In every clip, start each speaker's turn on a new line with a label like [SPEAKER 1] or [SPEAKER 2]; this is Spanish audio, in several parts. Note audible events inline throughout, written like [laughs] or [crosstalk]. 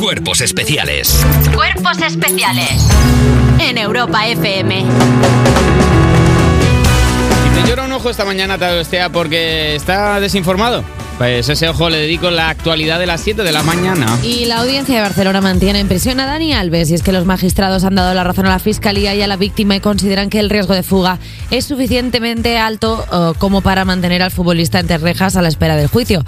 [SPEAKER 1] Cuerpos especiales.
[SPEAKER 2] Cuerpos especiales en Europa FM.
[SPEAKER 3] Si te llora un ojo esta mañana, Tadostea, porque está desinformado. Pues ese ojo le dedico la actualidad de las 7 de la mañana.
[SPEAKER 4] Y la audiencia de Barcelona mantiene en prisión a Dani Alves y es que los magistrados han dado la razón a la fiscalía y a la víctima y consideran que el riesgo de fuga es suficientemente alto eh, como para mantener al futbolista entre rejas a la espera del juicio.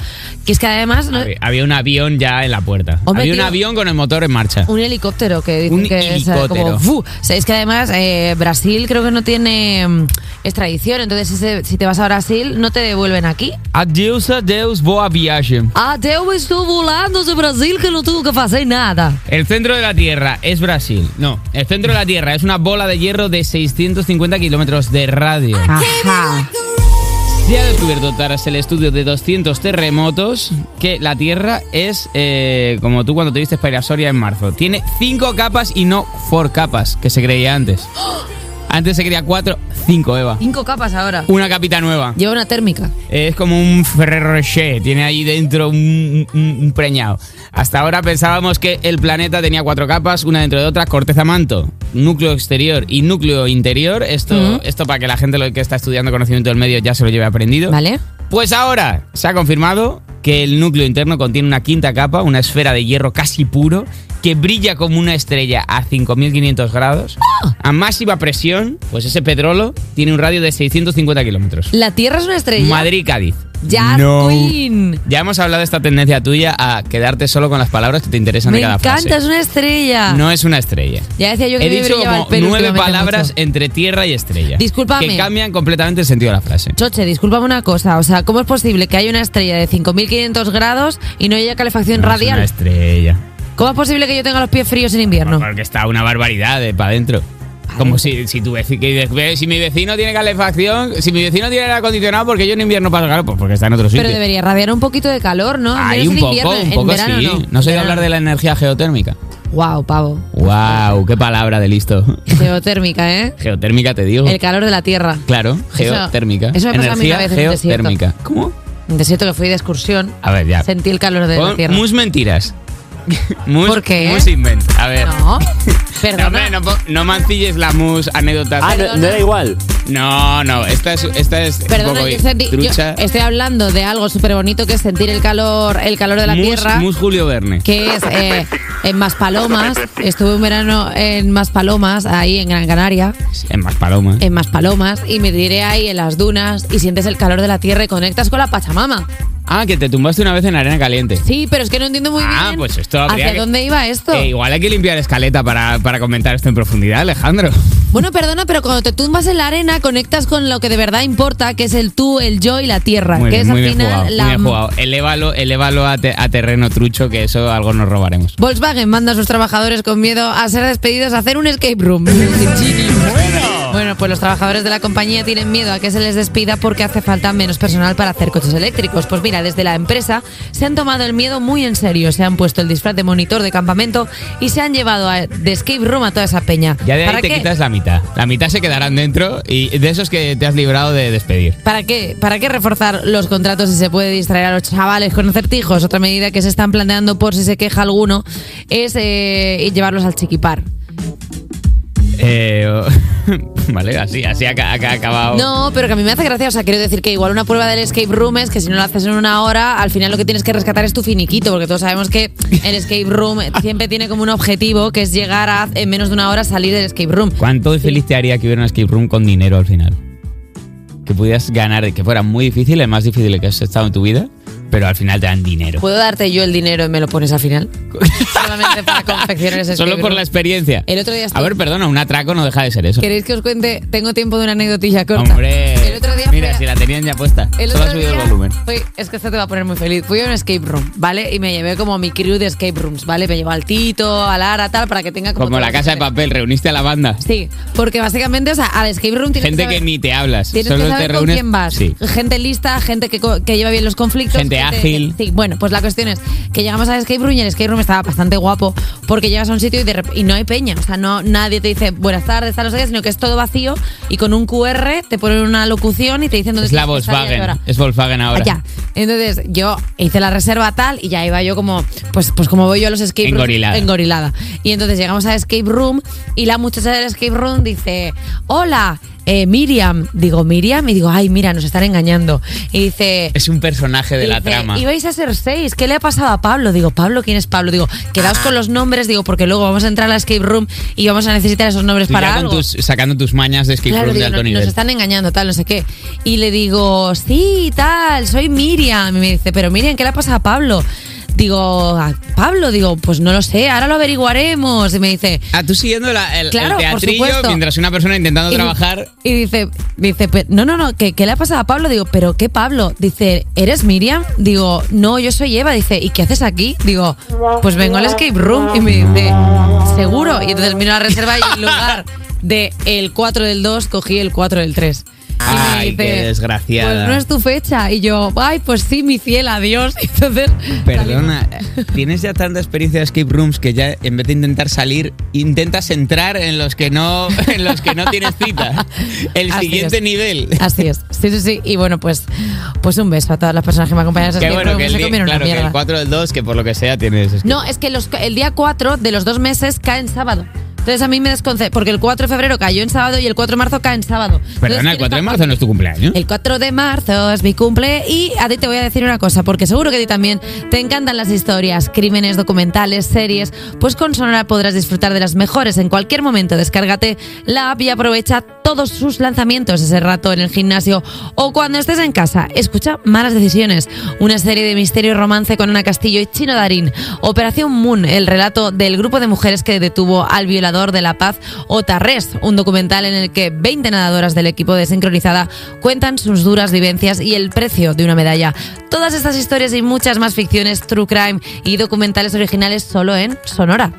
[SPEAKER 4] Que es que además no-
[SPEAKER 3] Había- Había un avión ya en la puerta.
[SPEAKER 4] Hombre,
[SPEAKER 3] Había
[SPEAKER 4] tío.
[SPEAKER 3] un avión con el motor en marcha.
[SPEAKER 4] un helicóptero que dicen
[SPEAKER 3] Un
[SPEAKER 4] que es eh,
[SPEAKER 3] helicóptero.
[SPEAKER 4] como ¡fu! O sea, es que además eh, Brasil creo que no tiene mm, extradición, entonces ese- si te vas a Brasil no te devuelven aquí.
[SPEAKER 3] Adiós, adiós, boa viaje.
[SPEAKER 4] Até eu estou volando de Brasil que no tuvo que hacer nada.
[SPEAKER 3] El centro de la Tierra es Brasil. No, el centro de la Tierra es una bola de hierro de 650 kilómetros de radio.
[SPEAKER 4] Ajá.
[SPEAKER 3] Se ha descubierto tras el estudio de 200 terremotos que la Tierra es eh, como tú cuando te viste para ir a Soria en marzo. Tiene cinco capas y no four capas, que se creía antes. [gasps] Antes se creía cuatro, cinco, Eva.
[SPEAKER 4] Cinco capas ahora.
[SPEAKER 3] Una capita nueva.
[SPEAKER 4] Lleva una térmica.
[SPEAKER 3] Es como un Ferrero Rocher, tiene ahí dentro un, un- un preñado. Hasta ahora pensábamos que el planeta tenía cuatro capas, una dentro de otra, corteza manto, núcleo exterior y núcleo interior. Esto,
[SPEAKER 4] Ujú.
[SPEAKER 3] esto para que la gente lo que está estudiando conocimiento del medio ya se lo lleve aprendido.
[SPEAKER 4] ¿Vale?
[SPEAKER 3] Pues ahora se ha confirmado que el núcleo interno contiene una quinta capa, una esfera de hierro casi puro, que brilla como una estrella a 5.500 grados,
[SPEAKER 4] ¡Ah!
[SPEAKER 3] a máxima presión, pues ese pedrolo tiene un radio de 650 kilómetros.
[SPEAKER 4] La Tierra es una estrella.
[SPEAKER 3] Madrid-Cádiz.
[SPEAKER 4] Ya, Queen.
[SPEAKER 3] Ya hemos hablado de esta tendencia tuya a quedarte solo con las palabras que te interesan
[SPEAKER 4] Me
[SPEAKER 3] de cada
[SPEAKER 4] encanta, es
[SPEAKER 3] frase.
[SPEAKER 4] una estrella.
[SPEAKER 3] No es una estrella.
[SPEAKER 4] Ya decía yo que
[SPEAKER 3] He
[SPEAKER 4] Bieber
[SPEAKER 3] dicho
[SPEAKER 4] lleva el
[SPEAKER 3] como
[SPEAKER 4] pelo
[SPEAKER 3] nueve
[SPEAKER 4] últimamente
[SPEAKER 3] palabras
[SPEAKER 4] mucho.
[SPEAKER 3] entre tierra y estrella.
[SPEAKER 4] Discúlpame.
[SPEAKER 3] Que cambian completamente el sentido de la frase.
[SPEAKER 4] Choche, discúlpame una cosa. O sea, ¿cómo es posible que haya una estrella de 5.500 grados y no haya calefacción
[SPEAKER 3] No es
[SPEAKER 4] radial?
[SPEAKER 3] una estrella.
[SPEAKER 4] ¿Cómo es posible que yo tenga los pies fríos en invierno?
[SPEAKER 3] Porque está una barbaridad de para adentro. Como si, si tu veci- que dices, si mi vecino tiene calefacción, si mi vecino tiene aire acondicionado, porque yo en invierno paso calor, pues porque está en otro sitio.
[SPEAKER 4] Pero debería radiar un poquito de calor, ¿no?
[SPEAKER 3] Hay
[SPEAKER 4] Menos
[SPEAKER 3] un
[SPEAKER 4] en
[SPEAKER 3] poco,
[SPEAKER 4] invierno,
[SPEAKER 3] un poco
[SPEAKER 4] en verano,
[SPEAKER 3] sí.
[SPEAKER 4] ¿no?
[SPEAKER 3] No, sé de hablar de la energía geotérmica.
[SPEAKER 4] Wow, pavo.
[SPEAKER 3] Wow, qué palabra de listo. [laughs]
[SPEAKER 4] Geotérmica, ¿eh?
[SPEAKER 3] Geotérmica te digo.
[SPEAKER 4] El calor de la Tierra.
[SPEAKER 3] Claro, geotérmica.
[SPEAKER 4] eso me pasó a mí
[SPEAKER 3] energía
[SPEAKER 4] una vez en un desierto.
[SPEAKER 3] geotérmica. ¿Cómo?
[SPEAKER 4] Un desierto que fui de excursión.
[SPEAKER 3] A ver, ya.
[SPEAKER 4] Sentí el calor de la
[SPEAKER 3] Ah, Pon
[SPEAKER 4] Tierra.
[SPEAKER 3] Mus
[SPEAKER 4] [laughs]
[SPEAKER 3] mentiras. Mus,
[SPEAKER 4] ¿Por qué?
[SPEAKER 3] Mus invent. A ver. [laughs]
[SPEAKER 4] No.
[SPEAKER 3] No,
[SPEAKER 4] Perdona.
[SPEAKER 3] hombre, no, po- no mancilles la mus anécdotas.
[SPEAKER 5] Ah, no, no era igual.
[SPEAKER 3] No, no, esta es, esta es un
[SPEAKER 4] Perdona,
[SPEAKER 3] poco
[SPEAKER 4] yo, sentí- yo
[SPEAKER 3] trucha.
[SPEAKER 4] estoy hablando de algo súper bonito que es sentir el calor, el calor de la
[SPEAKER 3] Mus-
[SPEAKER 4] tierra,
[SPEAKER 3] Mus Julio Verne.
[SPEAKER 4] que es
[SPEAKER 3] [laughs]
[SPEAKER 4] eh, en Maspalomas. Estuve un verano en Maspalomas, ahí en Gran Canaria,
[SPEAKER 3] En más paloma. ¿eh?
[SPEAKER 4] en Maspalomas, y me tiré ahí en las dunas y sientes el calor de la tierra y conectas con la Pachamama.
[SPEAKER 3] Ah, que te tumbaste una vez en arena caliente.
[SPEAKER 4] Sí, pero es que no entiendo muy
[SPEAKER 3] Ah,
[SPEAKER 4] bien
[SPEAKER 3] pues esto habría
[SPEAKER 4] hacia
[SPEAKER 3] que-
[SPEAKER 4] dónde iba esto.
[SPEAKER 3] Eh, igual hay que limpiar escaleta para, para comentar esto en profundidad, Alejandro.
[SPEAKER 4] Bueno, perdona, pero cuando te tumbas en la arena conectas con lo que de verdad importa, que es el tú, el yo y la tierra,
[SPEAKER 3] Muy
[SPEAKER 4] que
[SPEAKER 3] bien,
[SPEAKER 4] es
[SPEAKER 3] muy
[SPEAKER 4] al
[SPEAKER 3] bien
[SPEAKER 4] final
[SPEAKER 3] jugado.
[SPEAKER 4] la
[SPEAKER 3] Muy bien jugado. Elévalo, elévalo a, te- a terreno trucho, que eso algo nos robaremos.
[SPEAKER 4] Volkswagen manda a sus trabajadores con miedo a ser despedidos a hacer un escape room. Bueno, pues los trabajadores de la compañía tienen miedo a que se les despida porque hace falta menos personal para hacer coches eléctricos. Pues mira, desde la empresa se han tomado el miedo muy en serio, se han puesto el disfraz de monitor de campamento y se han llevado a- de escape room a toda esa peña.
[SPEAKER 3] Ya de ahí
[SPEAKER 4] ¿Para
[SPEAKER 3] te
[SPEAKER 4] qué?
[SPEAKER 3] quitas la mitad. La mitad se quedarán dentro y de esos que te has librado de despedir.
[SPEAKER 4] ¿Para qué? ¿Para qué reforzar los contratos si se puede distraer a los chavales con acertijos? Otra medida que se están planteando por si se queja alguno es eh, llevarlos al chiquipar.
[SPEAKER 3] Eh, [laughs] vale, así, así ha, ca- ha acabado.
[SPEAKER 4] No, pero que a mí me hace gracia. O sea, quiero decir que igual una prueba del escape room es que si no lo haces en una hora, al final lo que tienes que rescatar es tu finiquito, porque todos
[SPEAKER 3] [laughs]
[SPEAKER 4] sabemos que el escape room siempre tiene como un objetivo que es llegar a en menos de una hora salir del escape room.
[SPEAKER 3] ¿Cuánto de feliz te haría que hubiera un escape room con dinero al final? Que pudieras ganar, que fuera muy difícil, el más difícil que has estado en tu vida, pero al final te dan dinero.
[SPEAKER 4] ¿Puedo darte yo el dinero y me lo pones
[SPEAKER 3] [laughs]
[SPEAKER 4] al final? Solamente para confeccionar ese
[SPEAKER 3] Solo
[SPEAKER 4] escape
[SPEAKER 3] por
[SPEAKER 4] room.
[SPEAKER 3] la experiencia.
[SPEAKER 4] El otro día
[SPEAKER 3] A
[SPEAKER 4] estuve-
[SPEAKER 3] ver, perdona, un atraco no deja de ser eso.
[SPEAKER 4] ¿Queréis que os cuente? Tengo tiempo de una anecdotilla corta.
[SPEAKER 3] Hombre,
[SPEAKER 4] El otro día fui
[SPEAKER 3] mira,
[SPEAKER 4] a-
[SPEAKER 3] si la tenían ya puesta.
[SPEAKER 4] El
[SPEAKER 3] Solo ha
[SPEAKER 4] otro
[SPEAKER 3] subido
[SPEAKER 4] día
[SPEAKER 3] el volumen.
[SPEAKER 4] fui- es que esto te va a poner muy feliz. Fui a un escape room, ¿vale? Y me llevé como mi crew de escape rooms, ¿vale? Me llevó al Tito, a Lara, tal, para que tenga como.
[SPEAKER 3] Como
[SPEAKER 4] todo
[SPEAKER 3] la
[SPEAKER 4] el
[SPEAKER 3] casa de
[SPEAKER 4] ambiente.
[SPEAKER 3] papel, reuniste a la banda.
[SPEAKER 4] Sí, porque básicamente, o sea, al escape room tienes
[SPEAKER 3] Gente
[SPEAKER 4] que, saber,
[SPEAKER 3] que ni te hablas.
[SPEAKER 4] tienes que
[SPEAKER 3] Solo te
[SPEAKER 4] saber con
[SPEAKER 3] reúnes.
[SPEAKER 4] quién vas.
[SPEAKER 3] Sí.
[SPEAKER 4] Gente lista, gente que, co- que lleva bien los conflictos.
[SPEAKER 3] Gente ágil.
[SPEAKER 4] Sí, bueno, pues la cuestión es que llegamos al escape room y el escape room estaba bastante guapo porque llegas a un sitio y, de rep- y no hay peña. O sea, no, nadie te dice buenas tardes, tal, no sé qué, sino que es todo vacío y con un QR te ponen una locución y y te dicen dónde
[SPEAKER 3] Es la
[SPEAKER 4] tienes que estar y a qué
[SPEAKER 3] Volkswagen.
[SPEAKER 4] hora.
[SPEAKER 3] Es Volksgen ahora.
[SPEAKER 4] Ya. Entonces yo hice la reserva tal y ya iba yo como, pues, pues como voy yo a los escape rooms.
[SPEAKER 3] Engorilada.
[SPEAKER 4] engorilada. Y entonces llegamos al escape room y la muchacha del escape room dice, hola, eh, Miriam. Digo, Miriam. Y digo, ay, mira, nos están engañando. Y dice...
[SPEAKER 3] Es un personaje Este de la
[SPEAKER 4] Dice,
[SPEAKER 3] trama.
[SPEAKER 4] Ibais a ser seis. ¿Qué le ha pasado a Pablo? Digo, Pablo, ¿quién es Pablo? Digo,
[SPEAKER 3] Ah.
[SPEAKER 4] quedaos con los nombres, digo, porque luego vamos a entrar a la escape room y vamos a necesitar esos nombres
[SPEAKER 3] Tú ya
[SPEAKER 4] para
[SPEAKER 3] con
[SPEAKER 4] algo.
[SPEAKER 3] tus- sacando tus mañas de escape
[SPEAKER 4] Claro,
[SPEAKER 3] room de
[SPEAKER 4] digo,
[SPEAKER 3] alto
[SPEAKER 4] "No-
[SPEAKER 3] nivel.
[SPEAKER 4] nos están engañando, tal, no sé qué. Y le digo, sí, tal, soy Miriam. Y me dice, pero Miriam, ¿qué le ha pasado a Pablo? Digo, a Pablo, digo, pues no lo sé, ahora lo averiguaremos. Y me dice,
[SPEAKER 3] Ah, tú siguiendo la- el,
[SPEAKER 4] Claro,
[SPEAKER 3] el
[SPEAKER 4] por
[SPEAKER 3] teatrillo
[SPEAKER 4] supuesto.
[SPEAKER 3] mientras una persona intentando
[SPEAKER 4] y-
[SPEAKER 3] trabajar.
[SPEAKER 4] Y dice, dice, "Pe- no, no, no, ¿qué, qué le ha pasado a Pablo? Digo, ¿pero qué Pablo? Dice, ¿eres Miriam? Digo, no, yo soy Eva. Dice, ¿y qué haces aquí? Digo, pues vengo al escape room. Y me dice, ¿seguro? Y entonces miro la reserva y en lugar de el 4 del 2, cogí el 4 del 3. Y me
[SPEAKER 3] Ay, qué desgraciada.
[SPEAKER 4] Pues no es tu fecha. Y yo, ay, pues sí, mi cielo, adiós. [laughs] Y entonces.
[SPEAKER 3] Perdona, eh, tienes ya tanta experiencia de escape rooms que ya en vez de intentar salir, intentas entrar en los que no, [laughs] en los que no tienes
[SPEAKER 4] [laughs]
[SPEAKER 3] cita. El
[SPEAKER 4] Así
[SPEAKER 3] siguiente
[SPEAKER 4] es.
[SPEAKER 3] nivel.
[SPEAKER 4] Así es, sí, sí, sí. Y bueno, pues, pues un beso a todas las personas que me acompañan.
[SPEAKER 3] Qué bueno que el,
[SPEAKER 4] se
[SPEAKER 3] di-
[SPEAKER 4] comieron
[SPEAKER 3] claro,
[SPEAKER 4] una
[SPEAKER 3] que
[SPEAKER 4] mierda.
[SPEAKER 3] el 4 del 2, que por lo que sea tienes. escape
[SPEAKER 4] No, es que los- el día 4 de los dos meses cae en sábado. Entonces a mí me desconce porque el 4 de febrero cayó en sábado y el 4 de marzo cae en sábado.
[SPEAKER 3] Perdona, el 4 de marzo no es tu cumpleaños.
[SPEAKER 4] El 4 de marzo es mi cumple y a ti te voy a decir una cosa, porque seguro que a ti también te encantan las historias, crímenes, documentales, series. Pues con Sonora podrás disfrutar de las mejores en cualquier momento. Descárgate la app y aprovecha todos sus lanzamientos ese rato en el gimnasio o cuando estés en casa. Escucha Malas Decisiones, una serie de misterio y romance con Ana Castillo y Chino Darín. Operación Moon, el relato del grupo de mujeres que detuvo al violador de La Paz, Otarres, un documental en el que 20 nadadoras del equipo de Sincronizada cuentan sus duras vivencias y el precio de una medalla. Todas estas historias y muchas más ficciones, true crime y documentales originales solo en Sonora.